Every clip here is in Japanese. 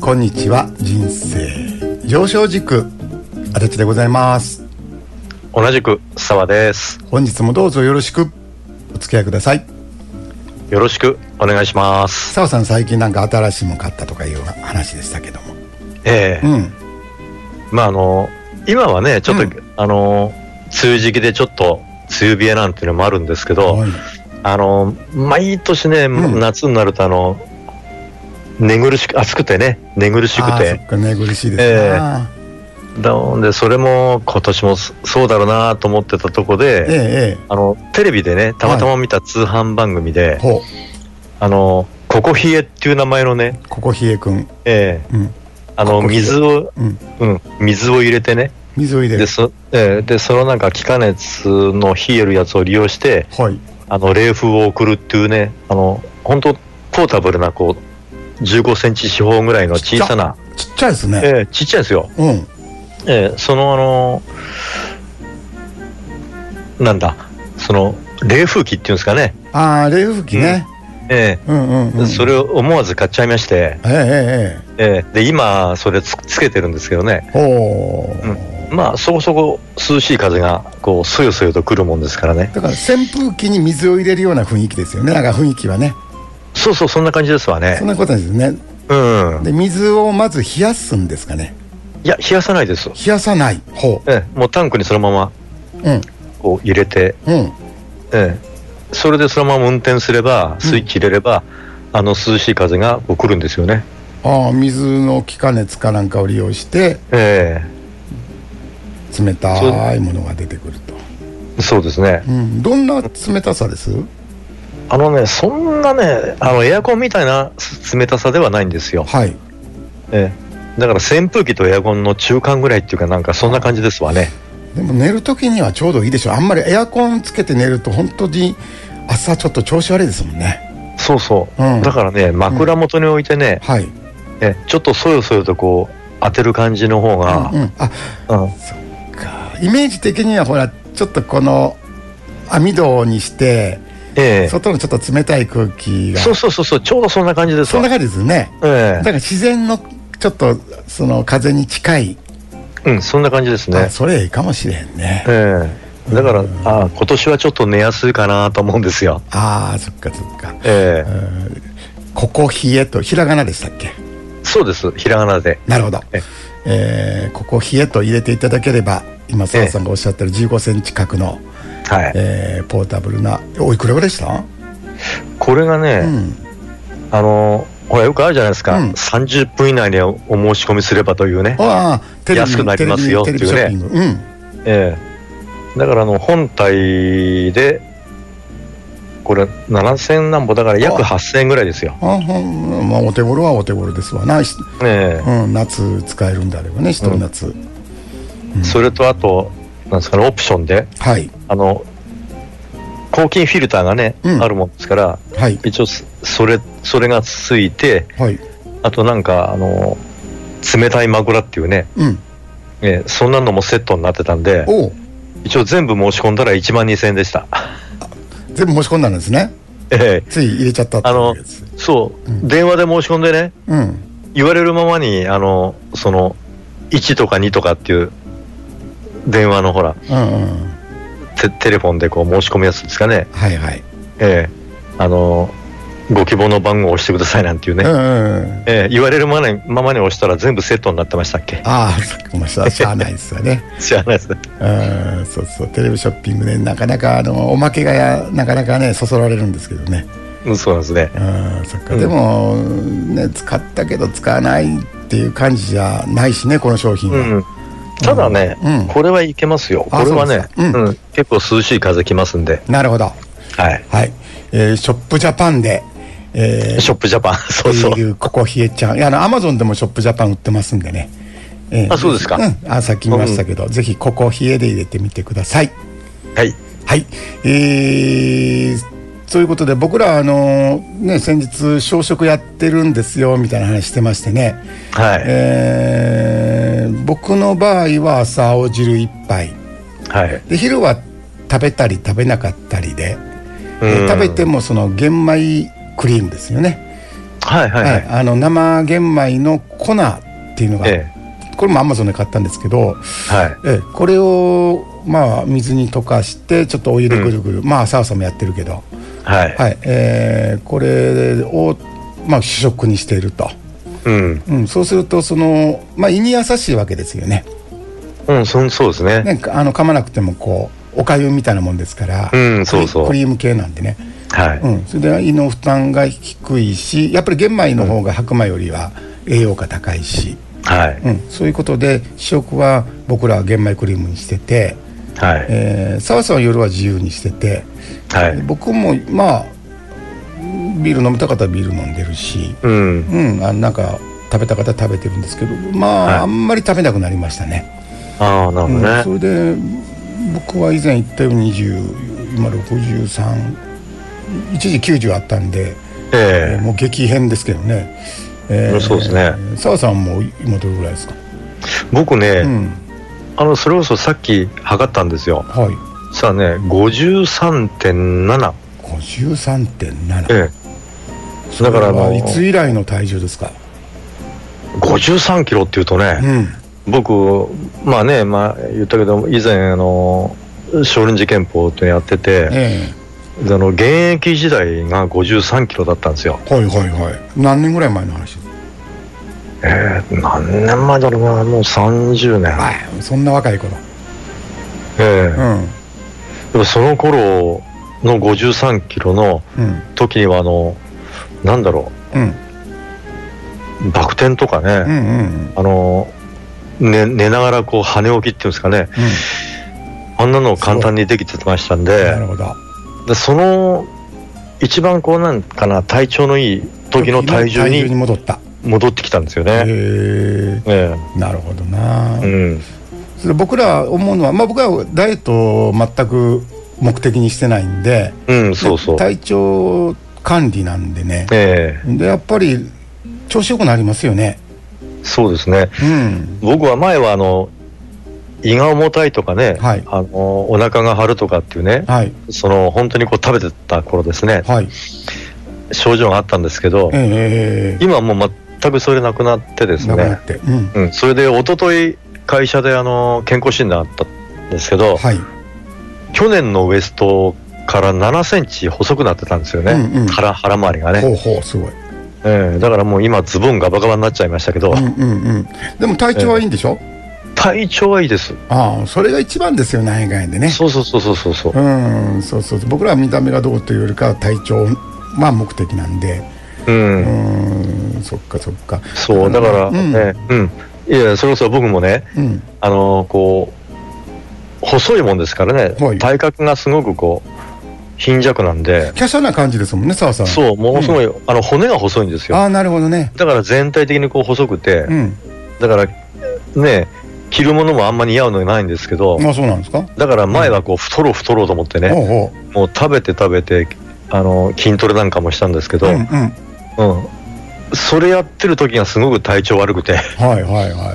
こんにちは人生上昇軸足立でございます同じく澤です本日もどうぞよろしくお付き合いくださいよろしくお願いします澤さん最近なんか新しいもの買ったとかいう話でしたけどもええうんまああの今はねちょっと、うんあの梅雨時期でちょっと梅雨冷えなんていうのもあるんですけど、はいあの毎年ね、うん夏になるとあの寝苦しく暑くてね寝苦しくあーそてっかね嬉しいですなだんでそれも今年もそそうだろうなと思ってたとこで、えええあのテレビでねたまたま見た通販番組で、えほあのココヒエっていう名前のね、うここひえくんええうんあのココヒエ水を、うんうん、水を入れてね水を入れでるそ,、ええでそのなんか気化熱の冷えるやつを利用してはいあの冷風を送るっていうねあの本当ポータブルなこう15センチ四方ぐらいの小さなちっちゃいですえねえちっちゃいですよ、うんええそのあのなんだその冷風機っていうんですかね、ああ冷風機ねえうんうんえうんそれを思わず買っちゃいまして、えええええで今それつつけてるんですけどねえええおーまあそこそこ涼しい風がこうそよそよと来るもんですからねだから扇風機に水を入れるような雰囲気ですよねなんか雰囲気はねそうそうそんな感じですわねそんなことですよねうんで水をまず冷やすんですかねいや冷やさないです冷やさないほええもうタンクにそのままううんこう入れて、うんええそれでそのまま運転すればスイッチ入れれば、あの涼しい風がこう来るんですよねああ水の気化熱かなんかを利用してえ冷たいものが出てくると、えそうですねうん、どんな冷たさですあのねそんなねあのエアコンみたいなす冷たさではないんですよ、はいええ、だから扇風機とエアコンの中間ぐらいっていうかなんかそんな感じですわねでも寝る時にはちょうどいいでしょあんまりエアコンつけて寝ると本当に朝ちょっと調子悪いですもんねそうそう、うんだからね枕元に置いてね、はいえちょっとそよそよとこう当てる感じの方が、うん、あうんかイメージ的にはほらちょっとこの網戸にしてええ外のちょっと冷たい空気がそうそうそうそうちょうどそんな感じですそんなわ感じですねえだから自然のちょっとその風に近い、えうんそんな感じですあねそれいいかもしれへんねええだから、ああ今年はちょっと寝やすいかなと思うんですよああそっかそっかええここ冷えとひらがなでしたっけそうですひらがなでなるほどえ、えーここ冷えと入れていただければ今澤さんがおっしゃってる1 5センチ角の、はい、えーポータブルなおいくらぐらいした、これがね、うん、あのほらよくあるじゃないですか、うん30分以内にお申し込みすればというね、ああテレビ安くなりますよテレビテレビショッピングうんええだからあの本体でこれ7000何歩だから約あ8000円ぐらいですよあほんまあお手頃はお手頃ですわな、しええうん、夏使えるんであればね人の夏、それとあとなんですかねオプションではいあの抗菌フィルターがね、うんあるもんですからはい一応そそれそれがついてはいあとなんかあの冷たい枕っていうね、うんええそんなのもセットになってたんでおう一応全部申し込んだら1万2000円でした、 全部申し込んだんですねええつい入れちゃったっていうやつそう、うん電話で申し込んでねうん言われるままにあのその1とか2とかっていう電話のほらうんうんテテレフォンでこう申し込むやつですかねはいはい、ええあのご希望の番号を押してくださいなんていうね、うんうんうんええ言われるままにままに押したら全部セットになってましたっけ ああそっかまあしゃしゃあないですよね知らないですねうんそうそうテレビショッピングでなかなかあのおまけがなかなかねそそられるんですけどねうんそうなんですねうんそっか、うんでもね使ったけど使わないっていう感じじゃないしねこの商品は、うんただね、うんこれはいけますよこあれそはうねですかうんうん結構涼しい風来ますんでなるほどはいはい、えーショップジャパンで、えーショップジャパン そうそうっていうここ冷えちゃんいやあのアマゾンでもショップジャパン売ってますんでね、えーあそうですかんあさっき言いましたけど、ぜひここ冷えで入れてみてくださいはいはいえー、ということで僕らあのね先日小食やってるんですよみたいな話してましてね、はい、えー僕の場合は朝青汁一杯はいで昼は食べたり食べなかったりで、えーうん食べてもその玄米クリームですよねはいはいはい。あの生玄米の粉っていうのが、えこれもアマゾンで買ったんですけど、え、はい。ええこれをまあ水に溶かしてちょっとお湯でぐるぐる、まあサウサもやってるけど、はい。はいえーこれを、まあ、主食にしていると、うん。うん、そうするとその、まあ、胃に優しいわけですよねうん、そんそうですね。ねあの噛まなくてもこうおかゆみたいなもんですから、うん、そうそう。クはい。リーム系なんでね、はうん、それで胃の負担が低いしやっぱり玄米の方が白米よりは栄養価高いし、い。うん、そういうことで主食は僕らは玄米クリームにしてて。はい。えー、澤さんは夜は自由にしてて、はい。僕もまあビール飲みたかったらビール飲んでるし、うん。うん、あなんか食べた方は食べてるんですけどまあ、はいあんまり食べなくなりましたね、ああ、なるうん、そほどね。れで僕は以前言ったように20今63一時90あったんで、ええーもう激変ですけどね、えうんそうですね澤さんも今どれぐらいですか、え。僕うね、んあの、それこそさっき測ったんですよ。はいさあね、53.7。 53.7、ええ。だから、あの、いつ以来の体重ですか53キロっていうとね、うん僕まあねまあ言ったけど以前あの少林寺拳法ってやってて、えあの現役時代が53キロだったんですよえはいはいはい何年ぐらい前の話ですえー、何年前だろうなもう30年はいそんな若い頃えうえんでもその頃の53キロのうん時にはあのなんだろうんうバク転とかうね、んうんあの寝寝ながらこう跳ね起きっていうんですかねうあんなのを簡単にできてましたんんでなるほどでその一番こうなんかな体調のいい時の体重体重にに戻った戻ってきたんですよへね。ええなるほどなえうん、それ僕ら思うのはまあ僕はダイエットを全く目的にしてないんでうん、そうそう。体調管理なんでねえでやっぱり調子よくなりますよねえそうですね。うん僕は前はあの胃が重たいとかね、はいあのお腹が張るとかっていうね、はいその本当にこう食べてた頃ですね、はい症状があったんですけど、ええ今はもう全くそれなくなってですなくなね。ってうんうん、それで一昨日会社であの健康診断あったんですけど、はい去年のウエストから7センチ細くなってたんですよね、うんうん腹腹周りがね、ほうほうすごいええだからもう今ズボンガバガバになっちゃいましたけど、うんうんうんでも体調はいいんでしょ体調はいいです、ああそれが一番ですよ内外でねそうそうそうそうそうそううんそうそう僕らは見た目がどうというよりかは体調まあ目的なんでうん、うんそっかそっかそうだからうんねうん、いやそれこそ僕もねうんあのーこう細いもんですからね、はい体格がすごくこう貧弱なんで、華奢な感じですもんね澤さんうそうものすごい、あの骨が細いんですよああなるほどねだから全体的にこう細くて、うんだからね着るものもあんまり似合うのないんですけど、あそうなんですかだから前はこう太ろう太ろうと思ってね、ほうほもう食べて食べてあの筋トレなんかもしたんですけうど、ううんうんんそれやってる時がすごく体調悪くて はいはいは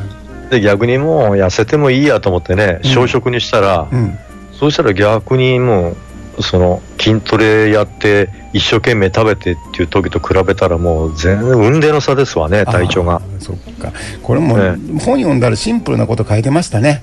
いで逆にもう痩せてもいいやと思ってねうん小食にしたら、うんそうしたら逆にもうその筋トレやって一生懸命食べてっていう時と比べたらもう全然雲泥の差ですわね体調あがーそっかこれもえ本読んだらシンプルなこと書いてましたね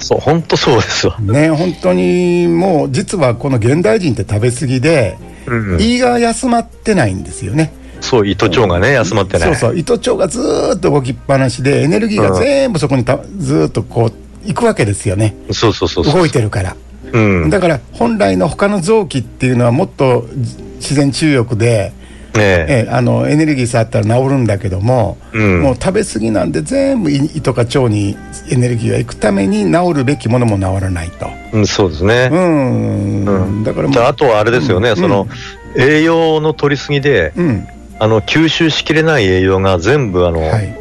そう本当そうですわ、ね本当にもう実はこの現代人って食べ過ぎでうん、胃が休まってないんですよねそう胃と腸がね休まってねそうそう、糸腸がずーっと動きっぱなしで、エネルギーが全部そこにた、ずーっとこう、行くわけですよね。そうそうそうそう動いてるから。うんねだから、本来の他の臓器っていうのはもっとじ自然中力で、えええあの、エネルギーさえあったら治るんだけども、うんもう食べ過ぎなんで全部胃胃とか腸にエネルギーが行くために治るべきものも治らないと。うん、そうですね、うん。うんだからじもゃあう、あとはあれですよね、その栄養の取りすぎで、うん。あの吸収しきれない栄養が全部あの、はい。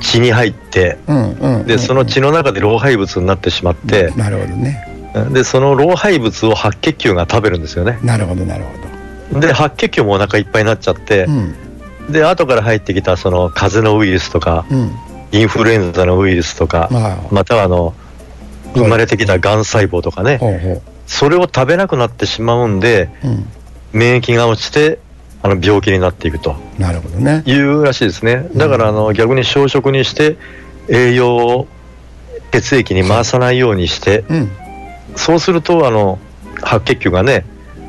血に入ってうんうん、うん。でその血の中で老廃物になってしまって、なるほどね。でその老廃物を白血球が食べるんですよねなるほど、なるほど。で白血球もお腹いっぱいになっちゃってう、ん。で後から入ってきたその風邪のウイルスとかうん。インフルエンザのウイルスとか、まあ、またはあの生まれてきたがん細胞とかね、ほうほう。それを食べなくなってしまうんでうん免疫が落ちてあの病気になっていくとなるほどねいうらしいですねだからあの逆に小食にして栄養を血液に回さないようにしてうんそうするとあの白血球がね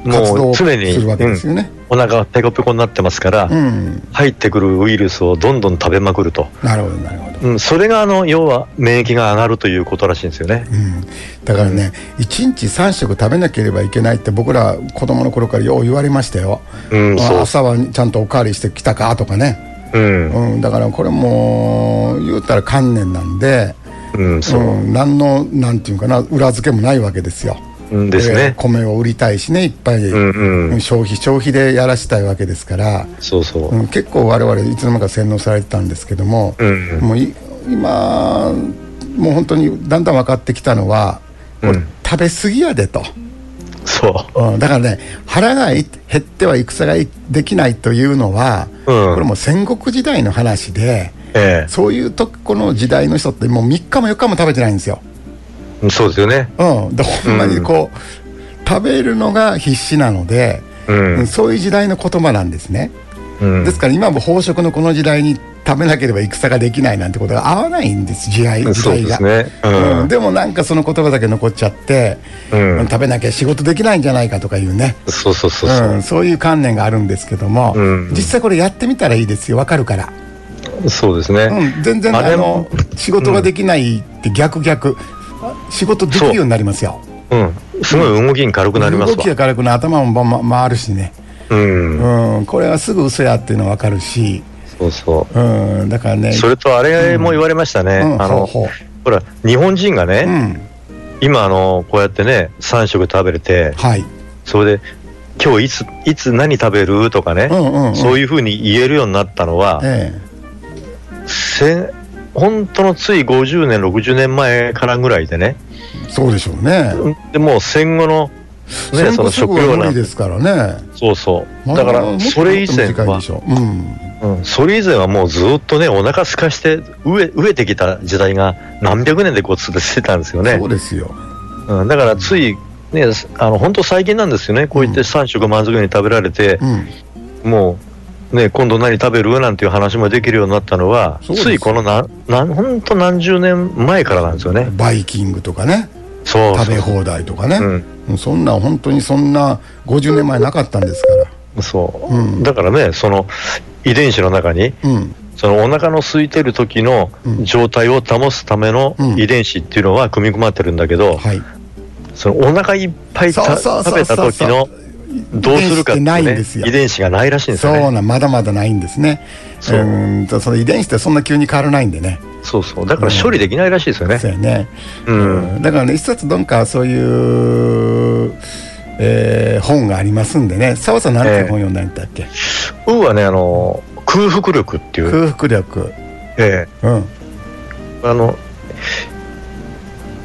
活も動うす常に、るわけですうんよねお腹がペコペコになってますから、うん、入ってくるウイルスをどんどん食べまくると、なるほどなるほどうん、それがあの要は免疫が上がるということらしいんですよね。うん、だからね、1日3食食べなければいけないって僕ら子供の頃からよう言われましたよ、うん、まあそう朝はちゃんとおかわりしてきたかとかね、うん、うん、だからこれもう言うたら観念なんで、うん、そううん、何のなんていうかな裏付けもないわけですようんですえーね。米を売りたいしねいっぱい、うん、うん、消費消費でやらしたいわけですから、そうそうう。ん、結構我々いつの間にか洗脳されてたんですけども、うん、もうい今もう本当にだんだん分かってきたのは、うもんう食べ過ぎやでと、そうん、だからね腹がい減っては戦がいできないというのは、これもう戦国時代の話でう。えそういうとこの時代の人ってもう3日も4日も食べてないんですよ、え、そうですよね。うん、でほんまにこう、食べるのが必死なので、ううんん、そういう時代の言葉なんですね、うんで、すから今も飽食のこの時代に食べなければ戦ができないなんてことが合わないんです時代時そう代でがすね。うんうん、でもなんかその言葉だけ残っちゃって、うん食べなきゃ仕事できないんじゃないかとかいうね、そうそうそううそん、そういう観念があるんですけども、うん実際これやってみたらいいですよわかるから、う。そうですね。うん、全然ああれのも仕事ができないって逆逆仕事できるようになりますようん、すごい動きに軽くなります動きわ。が軽くな頭もまま回るしね、うん、うん、これはすぐ嘘やっていうの分かるし、そうそうん、だからねう。それとあれも言われましたね。うん、あの、ほうほほら、日本人がね。ううん、今あのこうやってね3食食べれてはい、それで今日いついつ何食べるとかね、うんうんうんそういうふうに言えるようになったのは、ええせ本当のつい50年60年前からぐらいでねそうでしょうね。でもう戦後の,、ね、そのすぐ食は料無な理んですからね。そうそうだかまあらそれ以前もっと短いはでし、ょう。うん。うん、それ以前はもうずっとねお腹空かして飢え飢えてきた時代が何百年でごつれしてたんですよねそうですよ。うん、だからついねあの本当最近なんですよねこういって3食満足に食べられて、うん。もう、ね、今度何食べるなんていう話もできるようになったのは、そうですついこのな、なん、ほんと何十年前からなんですよね。バイキングとかね、そう食べそ放題とかね。う。うんそんな本当にそんな50年前なかったんですから。うん、そう、うんだからね、その遺伝子の中に、うん。そのお腹の空いてる時のうん状態を保つためのうん遺伝子っていうのは組み込まれてるんだけど、はい。そのお腹いっぱいたそうそう食そうべそうた時のどうするかっ遺伝子ってていうないんねですよ遺伝子がないらしいんですそようね。なんまだまだないんですね。そううんとその遺伝子ってそんな急に変わらないんでね。そうそうだから処理できないらしいですよねそ。うやね。うん。うんだからね一冊どんかそういう。えー本がありますんでね澤さん何ていう本読んだんだっけ、うはね、あの、空腹力っていう、空腹力えうんえあの、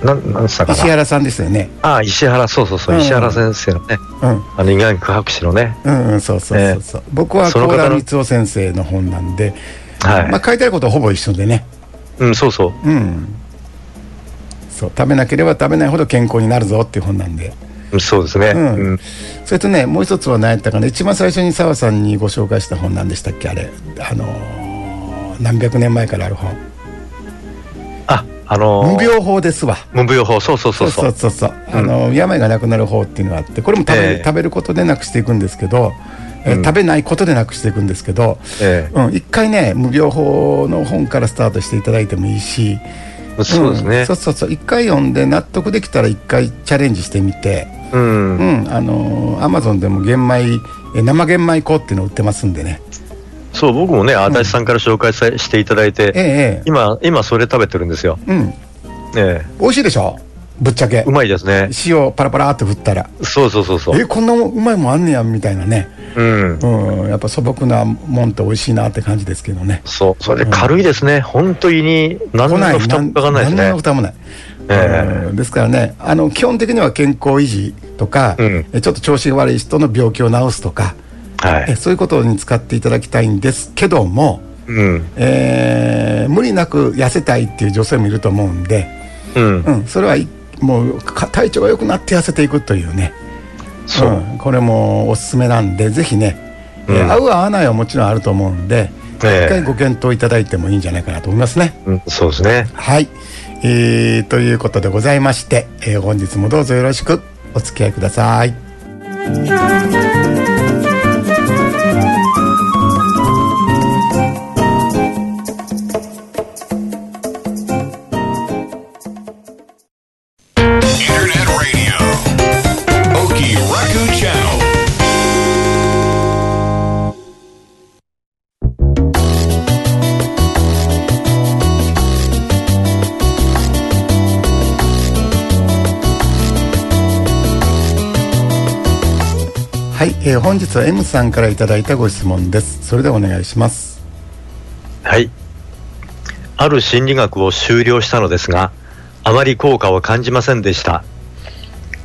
なん、なんつったか石な。原さんですよねああ、石原、そうそうそう、うん石原先生のね、うんあの、医学博士のね、うんうんそうそうそうそう、僕はその高方田の光雄先生の本なんで、はいまあ、書いてあることはほぼ一緒でねうん、そうそう。うんそう食べなければ食べないほど健康になるぞっていう本なんでうんそうですね。うんうんそれとねもう一つは何やったかな一番最初に澤さんにご紹介した本なんでしたっけあれあのー何百年前からある本あ、あのー無病法ですわ無病法、そうそうそうそう。そうそうあの病がなくなる方っていうのがあってこれも食べ,、ええ食べることでなくしていくんですけど、えー食べないことでなくしていくんですけど、えうん、一回ね無病法の本からスタートしていただいてもいいし、えそうですんねそう。そうそう一回読んで納得できたら一回チャレンジしてみてうん。うんあのアマゾンでも玄米え生玄米粉っていうの売ってますんでねそう、僕もね、足立さんから紹介さしていただいて、えええ今、今、それ食べてるんですよ。えうんええ美味しいでしょぶっちゃけうまいですね。塩パラパラって振ったらそうそうそうそう。えこんなうまいもんあんねやみたいなねうん。うんやっぱ素朴なもんって美味しいなって感じですけどねそう、それで軽いですね。本当に、何の負担もかかんないです何ねの。負担もない、えうんですからねあの基本的には健康維持とか、うんえちょっと調子が悪い人の病気を治すとか、はえい。そういうことに使っていただきたいんですけども、うん。えー無理なく痩せたいっていう女性もいると思うんで、うんう。ん、それはいもうか体調が良くなって痩せていくというねそう。んこれもおすすめなんでぜひね、えーうん合う合わないはもちろんあると思うんで、え一え回ご検討いただいてもいいんじゃないかなと思いますね。うんそうですね。はい、えーということでございまして、えー本日もどうぞよろしくお付き合いください。 Internet radio. Oki Raku Channel. はい、えー本日は M さんからいただいたご質問です。それではお願いします。はい。ある心理学を修了したのですが、あまり効果を感じませんでした。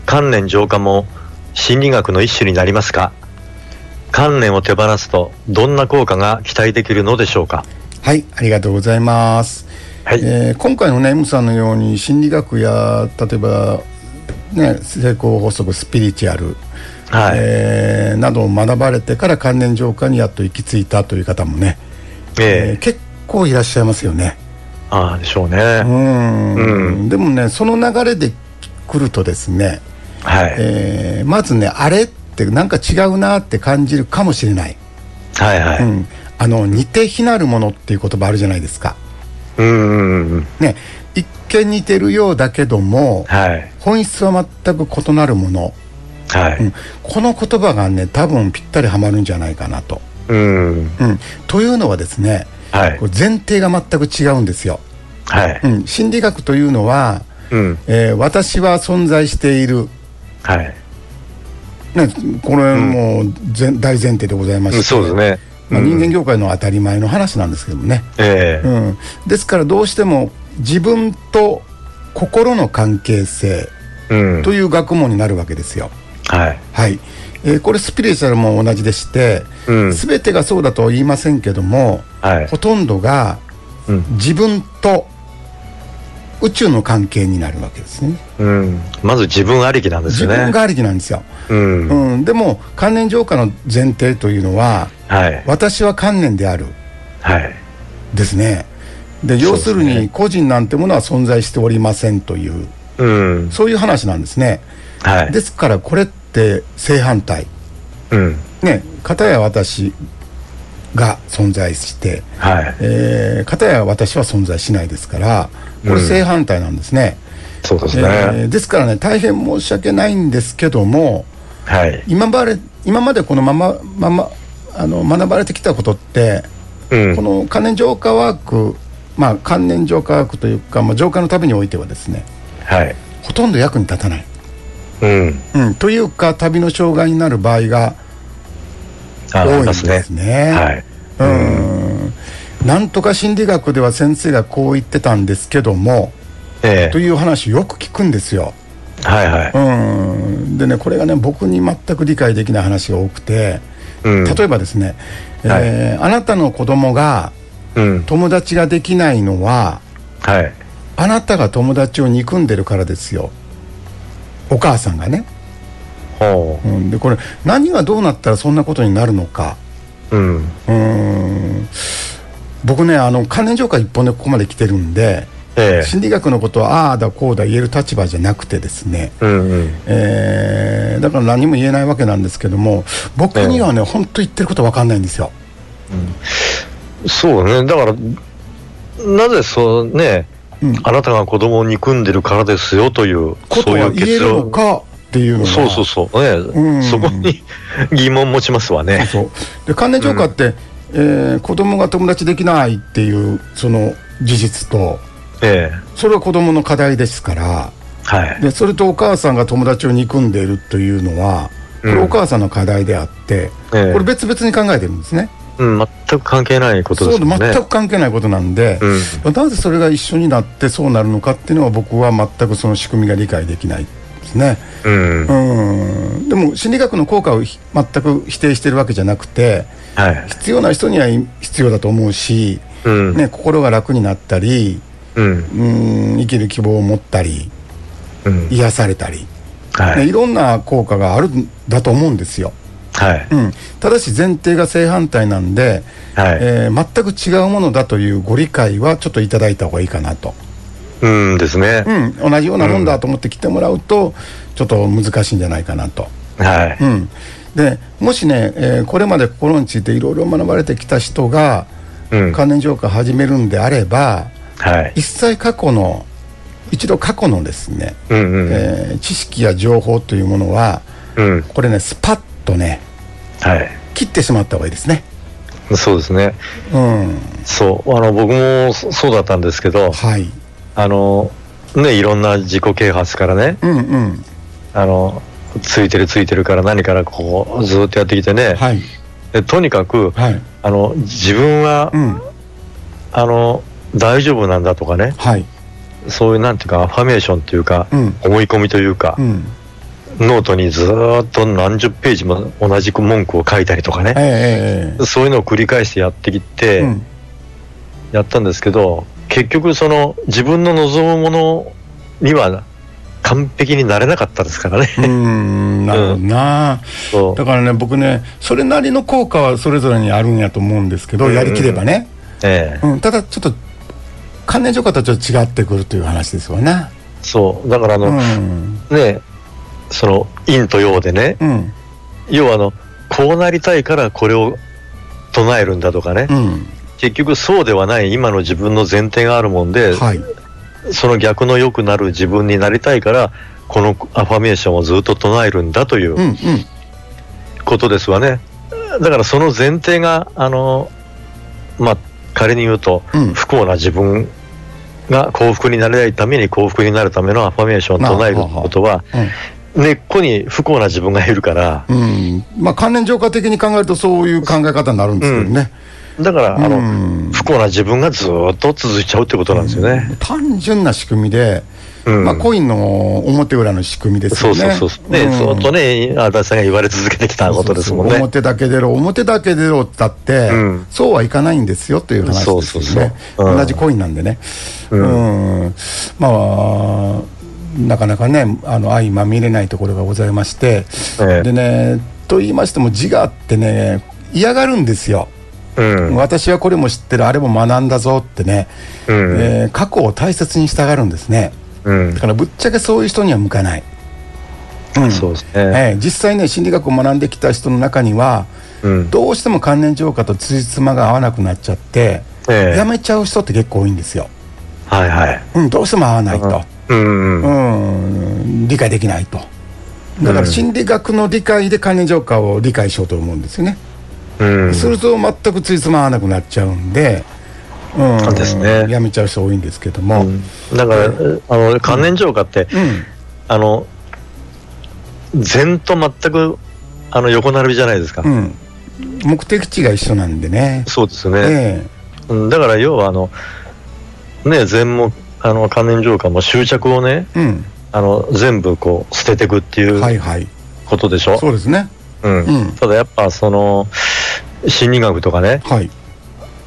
観念浄化も心理学の一種になりますか観念を手放すとどんな効果が期待できるのでしょうかはい、ありがとうございます。はい。えー今回のね M さんのように心理学や例えば、ね、成功法則スピリチュアル、はい。えーなどを学ばれてから関連浄化にやっと行き着いたという方もね、えーええ結構いらっしゃいますよね。ああ、でしょうね。うんうでもねその流れで来るとですね、はい、えーまずねあれってなんか違うなって感じるかもしれない、はいはうい。ん、あの似て非なるものっていう言葉あるじゃないですか。うんうんうん。ね、一見似てるようだけども、はい。本質は全く異なるもの、はうんい。この言葉がね多分ぴったりはまるんじゃないかなと。うん。うん、というのはですねはいこ。れ前提が全く違うんですよ。はい。うん、心理学というのは、うん。えー私は存在している、はい。ね、これもう前、大前提でございまして、そうですね。まあ、人間業界の当たり前の話なんですけどもね、ええうん、ですからどうしても自分と心の関係性うん。という学問になるわけですよ。はい。はい、えーこれスピリチュアルも同じでして、うんすべてがそうだとは言いませんけども、はいほとんどがうん自分と宇宙の関係になるわけですね。うん。まず自分ありきなんです自よね。分がありきなんですよ。うん。うん、でも観念浄化の前提というのは、はい。私は観念であるはい。ですね。でそう要ですすねるに個人なんてものは存在しておりませんといううん。そういう話なんですね。はい。ですからこれって正反対。うん。ね、片や私が存在して、はい。えー、片や私は存在しないですから、これ正反対なんですね。そうですえね。ーですからね、大変申し訳ないんですけども、はい。今まで今までこのままままあの学ばれてきたことって、うんこ。の関連浄化ワーク、まあ、関連浄化ワークというか、まあ、浄化のためにおいてはですね、はい。ほとんど役に立たない。うん。うん、というか、旅の障害になる場合があ多いありんまですすね。ね。はい。うんなんとか心理学では先生がこう言ってたんですけどもえという話よく聞くんですよ。え。はいはい。うんでねこれがね僕に全く理解できない話が多くてうん。例えばですね、えーあなたの子供がうん。友達ができないのははい。あなたが友達を憎んでるからですよお母さんがね。ほうん、でこれ何がどうなったらそんなことになるのか。う。うん。うん僕ねあの関連浄化一本でここまで来てるんでええ。心理学のことはああだこうだ言える立場じゃなくてですね、うんうん。えーだから何も言えないわけなんですけども僕にはね、本当言ってること分かんないんですよ。そうね、だから、なぜそうね、あなたが子供を憎んでるからですよという、ことそういはう言え結るの論。かっていうのがそうそうそう、ねんそこに疑問持ちます わね。そうで関連浄化って、えー子供が友達できないっていうその事実とええそれは子供の課題ですからはい。でそれとお母さんが友達を憎んでいるというのはこれうんお母さんの課題であって、ええこれ別々に考えてるんですね。うん、全く関係ないことそうですもんね。全く関係ないことなんで、なぜそれが一緒になってそうなるのかっていうのは僕は全くその仕組みが理解できないですね。うん。うはんでも心理学の効果をひ全く否定してるわけじゃなくてい。必要な人にはい必要だと思うし、うん。ね、心が楽になったりうん。うん生きる希望を持ったりうん。癒されたり、はね、い。いろんな効果があるんだと思うんですよ。はい。うん、ただし前提が正反対なんで、はいえー全く違うものだというご理解はちょっといただいた方がいいかなと、うんですね。うん、同じようなもんだと思って来てもらうと、ちょっと難しいんじゃないかなと。はい。うん、でもしね、えーこれまで心についていろいろ学ばれてきた人が、うん関連浄化を始めるんであればはい。一切過去の一度過去のですね、うんうん。えー知識や情報というものはうん。これねスパッとねはい。切ってしまった方がいいですね。そうですね。うん、そう。あの、僕もそそうだったんですけど、はい、あの、ね、いろんな自己啓発からね、うんうん、あの、ついてるついてるから何からこう、ずーっとやってきてね、はい、でとにかく、はい、あの、自分は、うん、あの、大丈夫なんだとかね、はい、そういうなんていうか、アファメーションというか、うん思い込みというか、うん、ノートにずーっと何十ページも同じ文句を書いたりとかね、えええそういうのを繰り返してやってきえて、うん、やったんですけど、結局その自分の望むものには完璧になれなかったですからね。うーん、なるほどな。そだうからね僕ねそれなりの効果はそれぞれにあるんやと思うんですけど、やりきればね、ええうん、ただちょっと関連浄化とはちょっと違ってくるという話ですよねそう。だからあうの、んね、その陰と陽でね、うん要はあの、こうなりたいからこれを唱えるんだとかね、うん結局そうではない今の自分の前提があるもんで、はいその逆の良くなる自分になりたいから、このアファメーションをずっと唱えるんだといううんうんことですわね。だからその前提が、あの、まあ、仮に言うと、うん不幸な自分が幸福になれないために幸福になるためのアファメーションを唱えることは、根っこに不幸な自分がいるから、うん、うん、まあ関連浄化的に考えるとそういう考え方になるんですけどね、だから、あの、うん不幸な自分がずっと続いちゃうってことなんですよね。単純な仕組みで、うんまあコインの表裏の仕組みですそようねそうそうそう。ね、うんずっとね、足立さんが言われ続けてきたことですもんね。表だけ出ろ、表だけ出ろってだって、うんそうはいかないんですよという話そうですそうよそうね。うん同じコインなんでね。うん、まあ、なかなかね、あの相まみれないところがございまして、ええでね、と言いましても、自我ってね、嫌がるんですよ。うん。私はこれも知ってる、あれも学んだぞってね、うんえー過去を大切にしたがるんですね。うんだ。からぶっちゃけそういう人には向かない。うんそうですね。ええ、実際ね心理学を学んできた人の中には、うんどうしても関連浄化と辻褄が合わなくなっちゃって、ええやめちゃう人って結構多いんですよ、はいはい。うん、どうしても合わないと、うんう。うんん、理解できないとだから心理学の理解で関連浄化を理解しようと思うんですよね、うん。すると全く辻褄合わなくなっちゃうんで,、うそんうですねやめちゃう人多いんですけども、うんだから、あの、関連浄化って、あの、禅と全く、あの、横並びじゃないですか。うん、目的地が一緒なんでね、そうですね。ええうんだから、要は、あの、ね、禅も、あの、関連浄化も執着をね、あの、全部こう、捨てていくっていうん、はういはいことでしょ。そうですねうんうんただ、やっぱ、その、心理学とかね、はい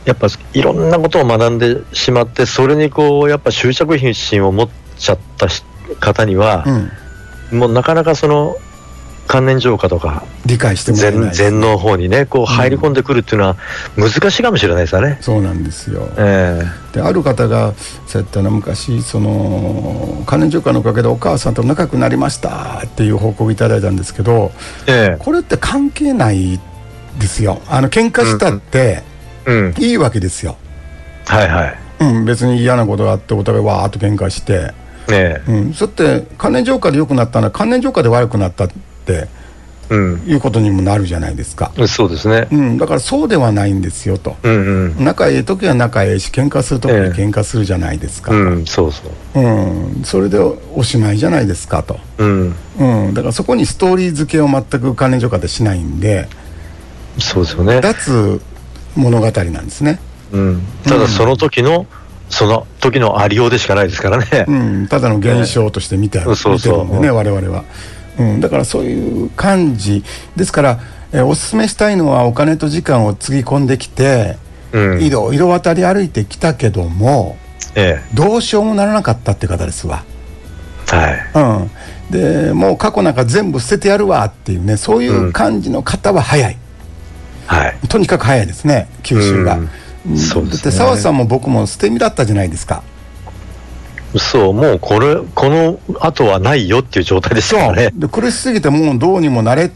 やっぱいろんなことを学んでしまって、それにこう、やっぱ執着心を持っちゃったし方にはう、んもうなかなかその、関連浄化とか、理解してもらえな禅い禅の方にね、こう入り込んでくるっていうのは難しいかもしれないですよね。そうなんですよえである方がそうやったの昔その関連浄化のおかげでお母さんと仲良くなりましたっていう報告をいただいたんですけどええこれって関係ないですよあの喧嘩したってえうん。いいわけですよ、はいはい。うん、別に嫌なことがあってお互いわーっと喧嘩して、ええうん、それって関連浄化で良くなったのは関連浄化で悪くなったっていうことにもなるじゃないですか、うん。そうですねう。ん、だからそうではないんですよとうんうん。仲いい時は仲いいし喧嘩する時はええ喧嘩するじゃないですか、うん、そうそう。うん、それでおしまいじゃないですかと、うん。うん、だからそこにストーリー付けを全く関連浄化でしないんでそうですよね。脱物語なんですね、うん。ただその時の、その時のありようでしかないですからね。うん、ただの現象として見て,、ええそう見てそうるんでね我々は、うん、だからそういう感じですからえーおすすめしたいのはお金と時間をつぎ込んできて、うんいろいろ渡り歩いてきたけどもえどうしようもならなかったって方ですわ。え。はい。うん、でもう過去なんか全部捨ててやるわっていうねそういう感じの方は早い、はい。とにかく早いですね吸収が、うんそうでだっすてね。澤さんも僕も捨て身だったじゃないですかそう、もうこれ、この後はないよっていう状態ですよね。で苦しすぎてもうどうにもなれっ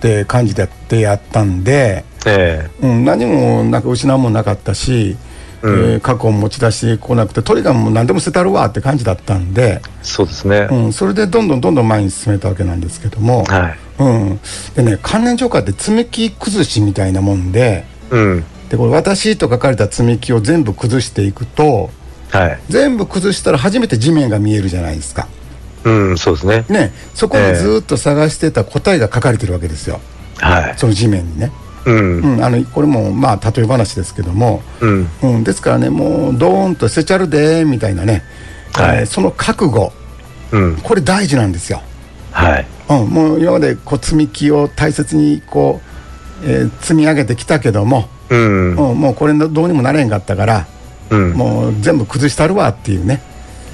て感じでやってやったんで、えうん、何もなんか失うもんなかったし、えー過去を持ち出してこなくてとにかくもう何でも捨てたるわって感じだったんで、えそうですねう。ん、それでどんどんどんどん前に進めたわけなんですけども、はい。うん、でね関連浄化って積み木崩しみたいなもんでうん。でこれ「私」と書かれた積み木を全部崩していくとはい。全部崩したら初めて地面が見えるじゃないですか。うん、そうですね。ね、そこえにえずーっと探してた答えが書かれてるわけですよ、はい。その地面にね、うん。うん、あのこれもまあ例え話ですけども、うん。うん、ですからねもうドーンと捨てちゃるでーみたいなね、はいえーその覚悟うん。これ大事なんですよ、はい。うん、もう今までこう積み木を大切にこう、えー積み上げてきたけども、うん。うん、もうこれのどうにもなれんかったからうん。もう全部崩したるわっていうね、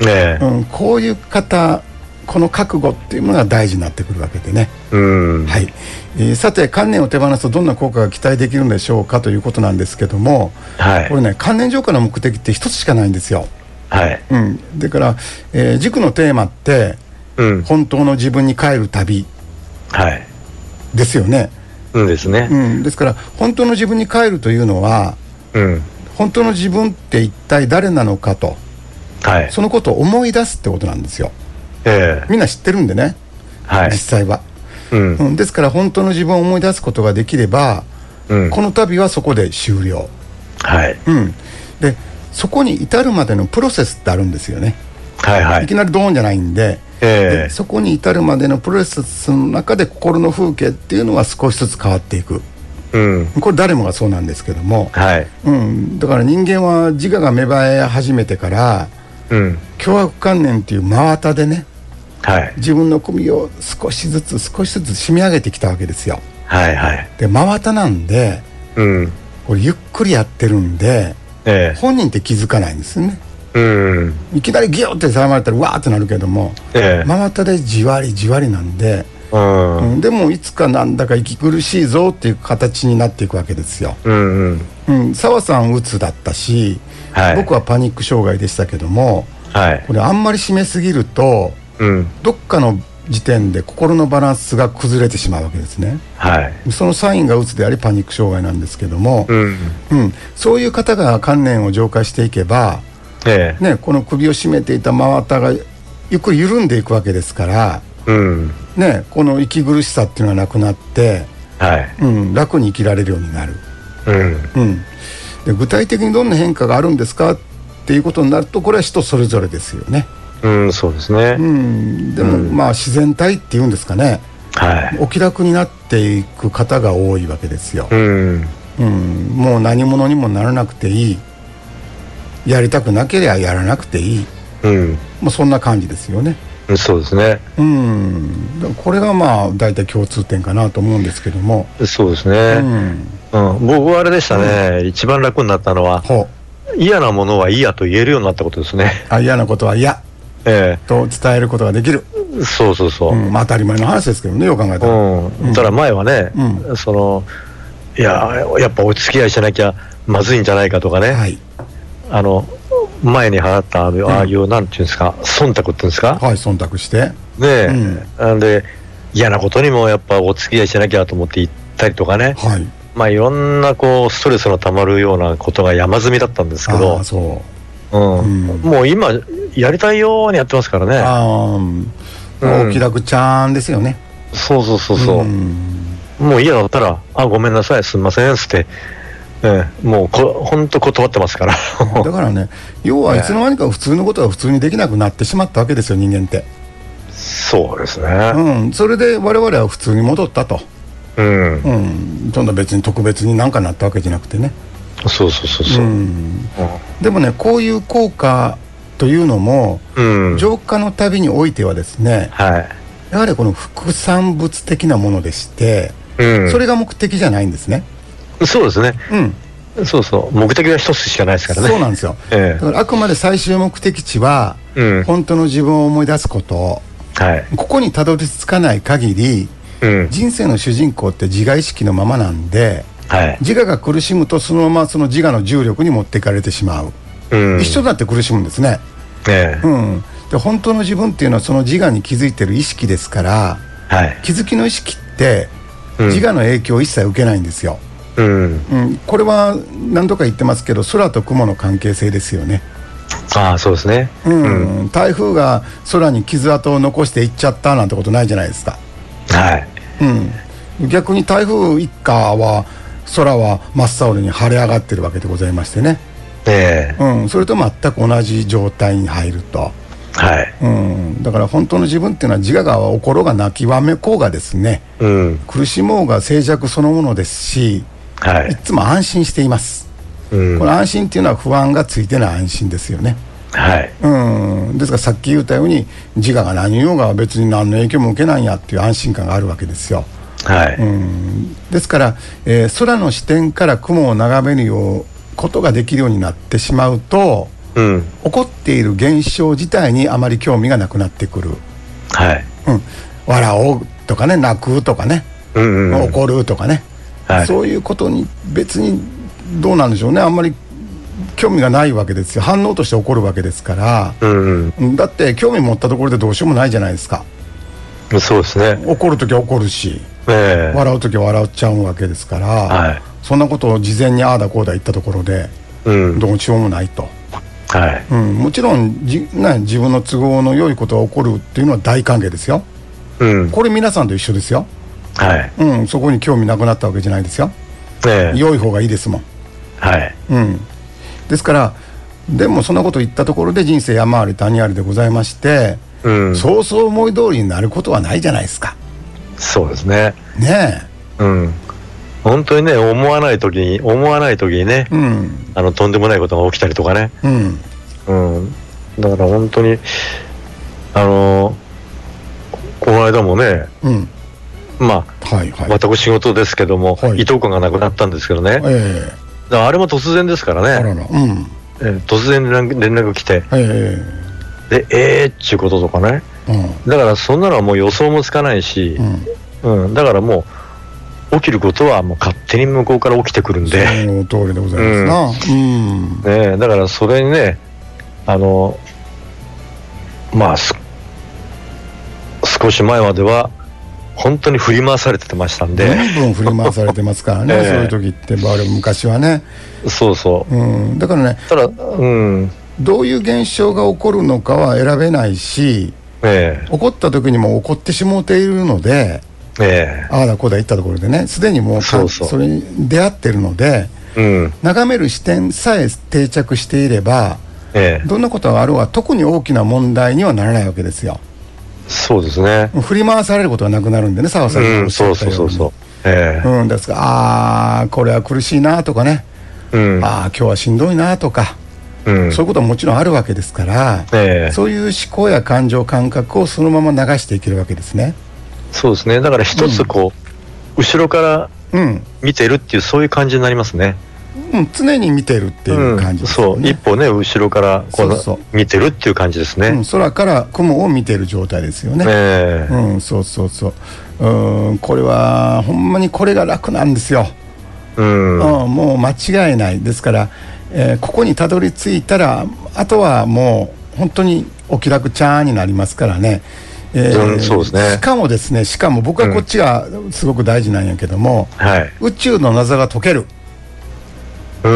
ええ。うん、こういう方この覚悟っていうものが大事になってくるわけでね。うん。はいえーさて観念を手放すとどんな効果が期待できるんでしょうかということなんですけども、はいこれね観念浄化の目的って一つしかないんですよ、はい。うん、だから、えー軸のテーマってうん。本当の自分に帰る旅はい。ですよね、うんですねう。ん、ですから本当の自分に帰るというのはうん。本当の自分って一体誰なのかとはい。そのことを思い出すってことなんですよええ。みんな知ってるんでね、はい実。際は、うん。うん、ですから本当の自分を思い出すことができれば、うん。この旅はそこで終了はい。うん、でそこに至るまでのプロセスってあるんですよね、はいはいいき。なりドーンじゃないんで,で、ええそこに至るまでのプロセスの中で心の風景っていうのは少しずつ変わっていくうん。これ誰もがそうなんですけども、はい。うん、だから人間は自我が芽生え始めてからうん。凶悪観念っていう真綿でねはい。自分の組を少しずつ少しずつ締め上げてきたわけですよはいはい。で真綿なんでうん。これゆっくりやってるんでえ本人って気づかないんですよねえ。うん。いきなりギューって騒まれたらわーってなるけどもええ真綿でじわりじわりなんで、うん。うんでもいつかなんだか息苦しいぞっていう形になっていくわけですようんうん。うん澤、さんうつだったし、はい僕はパニック障害でしたけどもはい。これあんまり締めすぎるとうん。どっかの時点で心のバランスが崩れてしまうわけですねはい。そのサインがうつでありパニック障害なんですけども、うん。うんそういう方が観念を浄化していけばええ。ね、この首を絞めていた真綿がゆっくり緩んでいくわけですから、うん。ね、この息苦しさっていうのはなくなって、はい。うん、楽に生きられるようになる、うん。うん、で具体的にどんな変化があるんですかっていうことになるとこれは人それぞれですよね、うん、そうですね。うん、でも、まあ自然体っていうんですかねはい。お気楽になっていく方が多いわけですよう、ん。うん、もう何者にもならなくていいやりたくなければやらなくていい、うん。まあ、そんな感じですよねそうですね。うん、だからこれがまあ大体共通点かなと思うんですけども、そうですうね。ん、うん。僕はあれでしたね。一番楽になったのは、ほう嫌なものは嫌と言えるようになったことですね。 あ嫌なことは嫌えと伝えることができる、え。そうそうそうう。んまあ、当たり前の話ですけどねよく考えたら、うん、ただ前はね、うそのいや、やっぱお付き合いしなきゃまずいんじゃないかとかね、はい、あの前に払ったあのああいう、なんていうんですか、忖度っていうんですか、はい、忖度してねえ、うんなんで、嫌なことにもやっぱお付き合いしなきゃと思って行ったりとかね、はいまあ、いろんなこうストレスのたまるようなことが山積みだったんですけあどあ、そううんうんもう今、やりたいようにやってますからね、ああ、うん、うんお気楽ちゃんですよねそうそうそうそう。んもう嫌だったら、あ、ごめんなさい、すみません、っつって、ええもうこ、ほんと断ってますから。だからね要はいつの間にか普通のことが普通にできなくなってしまったわけですよ人間って、そうですね。うん、それで我々は普通に戻ったと、うん。うん、そんな別に特別になんかなったわけじゃなくてねそうそうそうそうう。んでもねこういう効果というのもうん。浄化の旅においてはですねはい。やはりこの副産物的なものでして、うん。それが目的じゃないんですね。そうですね。うん、そうそう。目的は一つしかないですからね。そうなんですよ、 ええだからあくまで最終目的地は、うん本当の自分を思い出すこと、はい。ここにたどり着かない限りうん。人生の主人公って自我意識のままなんではい。自我が苦しむとそのままその自我の重力に持っていかれてしまう、うん。一緒になって苦しむんですね、ええうん、で本当の自分っていうのはその自我に気づいてる意識ですからはい。気づきの意識ってうん自我の影響を一切受けないんですよ、うん。うん、これは何度か言ってますけど空と雲の関係性ですよね、ああ、そうですね。うん台風が空に傷跡を残していっちゃったなんてことないじゃないですか、はい。うん、逆に台風一過は空は真っ青に晴れ上がってるわけでございましてね、ええうん、それと全く同じ状態に入ると、はい。うん、だから本当の自分っていうのは自我が起ころうが泣きわめこうがですねうん。苦しもうが静寂そのものですしはいい。つも安心しています、うん。こはの安心っていうのは不安がついてない安心ですよね、い。うん、ですからさっき言ったように自我が何言おうが別に何の影響も受けないんやっていう安心感があるわけですよはい。ですから、えー空の視点から雲を眺めるようことができるようになってしまうとうん。起こっている現象自体にあまり興味がなくなってくる、はい。うん、笑おうとかね泣くとかね、うんうん。怒るとかね、はいそういうことに別にどうなんでしょうねあんまり興味がないわけですよ反応として起こるわけですから、うんうんだって興味持ったところでどうしようもないじゃないですかうん。そうですね。怒るときは怒るしええ笑うときは笑っちゃうわけですから、はいそんなことを事前にああだこうだ言ったところでうん。どうしようもないと、はい。うん、もちろんじ、ね、自分の都合の良いことが起こるっていうのは大歓迎ですようん。これ皆さんと一緒ですよ、はい。うん、そこに興味なくなったわけじゃないですよええ良い方がいいですもん、はい。うん、ですからでもそんなこと言ったところで人生山あり谷ありでございまして、うん。そうそう思い通りになることはないじゃないですかそうですね。ねえうん。本当にね、思わないときに、思わないときにね、うんあの、とんでもないことが起きたりとかね。うんうん。だから本当に、あの、この間もね、うんまはいはあ、い、私仕事ですけども、はい伊藤君が亡くなったんですけどね。だかええらあれも突然ですからあね。ららうんええ突然連絡連絡来て、えで、えーっちゅうこととかね。えだからそんなのはもう予想もつかないしう、んうんうん、だからもう、起きることはもう勝手に向こうから起きてくるんで、ねその通りでございますなうんえ、だからそれにね、あの、まあ、す少し前までは、本当に振り回されてましたんぶで、んぶん振り回されてますからね、 ええそういう時って我々昔はね、そうそうん、だからねう。ただ、うん、どういう現象が起こるのかは選べないしえ起こった時にもう起こってしもうているのでえ、えああだこうだ言ったところでねすでにもうかそうそうれに出会ってるのでえ、うん、眺める視点さえ定着していればええ、どんなことがあろうが特に大きな問題にはならないわけですよそうですね。振り回されることはなくなるんでね澤さんがうおっん、しゃそうったそうよそううにそう。えうん、ですからああこれは苦しいなとかね、え、うん、ああ今日はしんどいなとか、うん、そういうことはもちろんあるわけですから、ええ。そういう思考や感情感覚をそのまま流していけるわけですね。そうですね。だから一つこう、後ろからうん、見てるっていう、そういう感じになりますね。うん、常に見てるっていう感じですそよう、ね一、歩ね、後ろからこうそうそう見てるっていう感じですね。うん空から雲を見てる状態ですよね。ええうん、そうそうそう。うん、これはほんまにこれが楽なんですよ。うん、うん、もう間違いないですから、えーここにたどり着いたらあとはもう本当にお気楽ちゃーになりますからね、えうんそうですねしかもですねしかも僕はこっちがすごく大事なんやけども、はい。宇宙の謎が解ける、う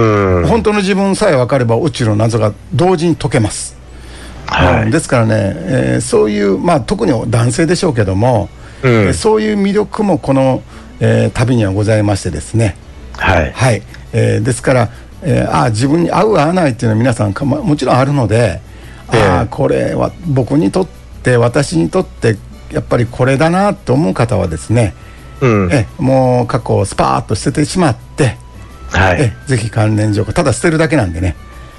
ん、本当の自分さえ分かれば宇宙の謎が同時に解けます、はうんい。ですからね、えーそういう、まあ、特に男性でしょうけども、うんえーそういう魅力もこの、えー旅にはございましてですねはい。はい、えーですから、えーあー自分に合う合わないっていうのは皆さんかももちろんあるので、ええああこれは僕にとって私にとってやっぱりこれだなと思う方はですね、うん、えもう過去をスパーッと捨ててしまって、はえい。ぜひ関連情報ただ捨てるだけなんでね、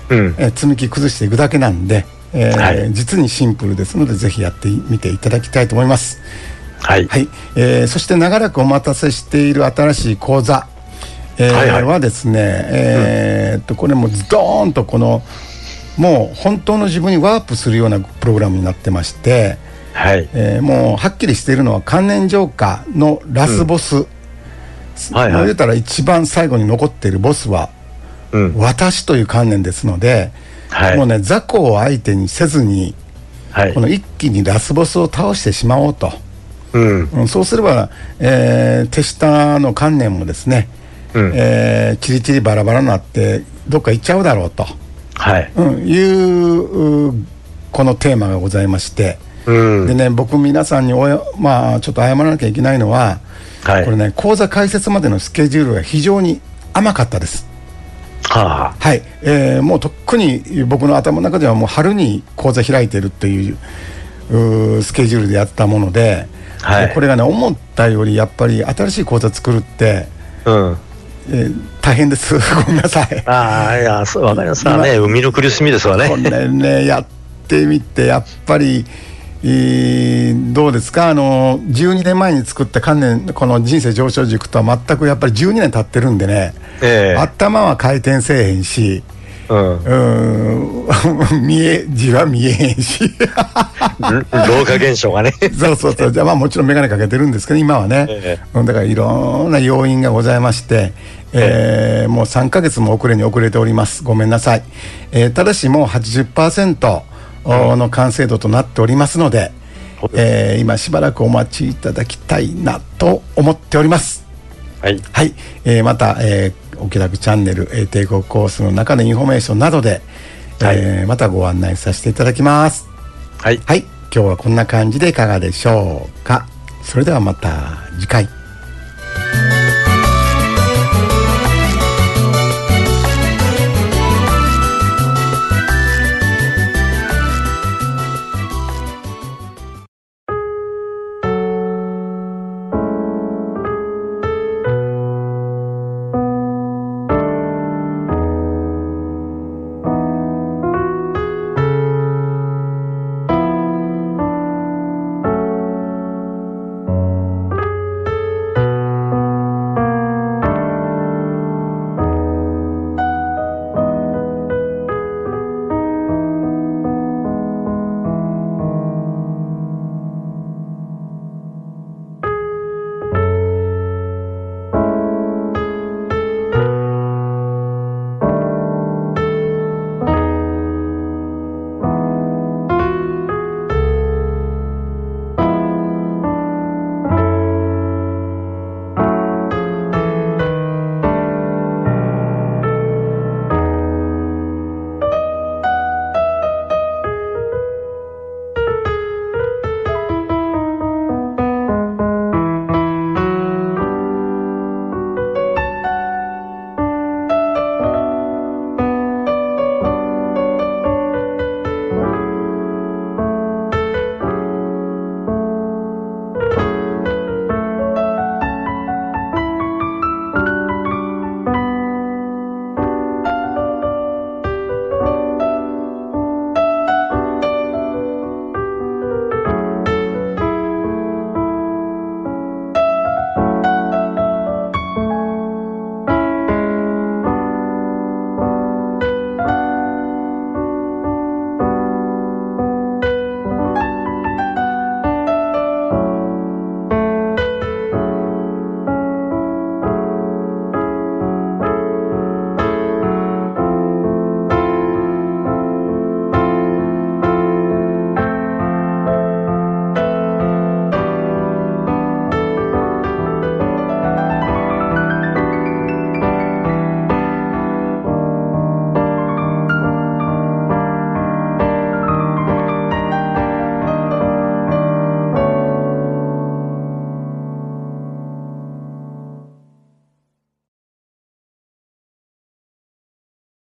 うん、え積み木崩していくだけなんで、えーはい実にシンプルですのでぜひやってみていただきたいと思います。はい。はい、えーそして長らくお待たせしている新しい講座、えーははいはいですね、えーっとこれもズドーンとこのもう本当の自分にワープするようなプログラムになってまして、はい。えーもうはっきりしているのは観念浄化のラスボス、はいまあは言うい。たら一番最後に残っているボスはうん。私という観念ですので、はいもうね雑魚を相手にせずにはいこ。の一気にラスボスを倒してしまおうと、うん。うんそうすれば、えー手下の観念もですね、うんえーチリチリバラバラになってどっか行っちゃうだろうと、はい。うん、いううこのテーマがございまして。うん。でね、僕皆さんにおや、まあ、ちょっと謝らなきゃいけないのは、はいこれね講座開設までのスケジュールが非常に甘かったですははい、えーもうとっくに僕の頭の中ではもう春に講座開いてるっていううースケジュールでやったもので、はいでこれがね思ったよりやっぱり新しい講座作るって、あ。うん。えー大変ですごめんなさいああ、いや、そう、わかりますわね。海の苦しみですわこね。れねやってみてやっぱり、えーどうですかあの12年前に作った観念この人生上昇塾とは全くやっぱり12年経ってるんでね、ええ頭は回転せえへんしうん。うーん見え字は見えへん し老化現象がね。そうそうそうじゃあまあもちろん眼鏡かけてるんですけど今はね、えうんだからいろんな要因がございまして、えーもう3ヶ月も遅れに遅れておりますごめんなさい、えーただしもう80%おの完成度となっておりますので、えー今しばらくお待ちいただきたいなと思っておりますはい。はい、えーまた、えー、お気楽チャンネル、えー帝国コースの中のインフォメーションなどで、えーまたご案内させていただきますはい。はい今日はこんな感じでいかがでしょうかそれではまた次回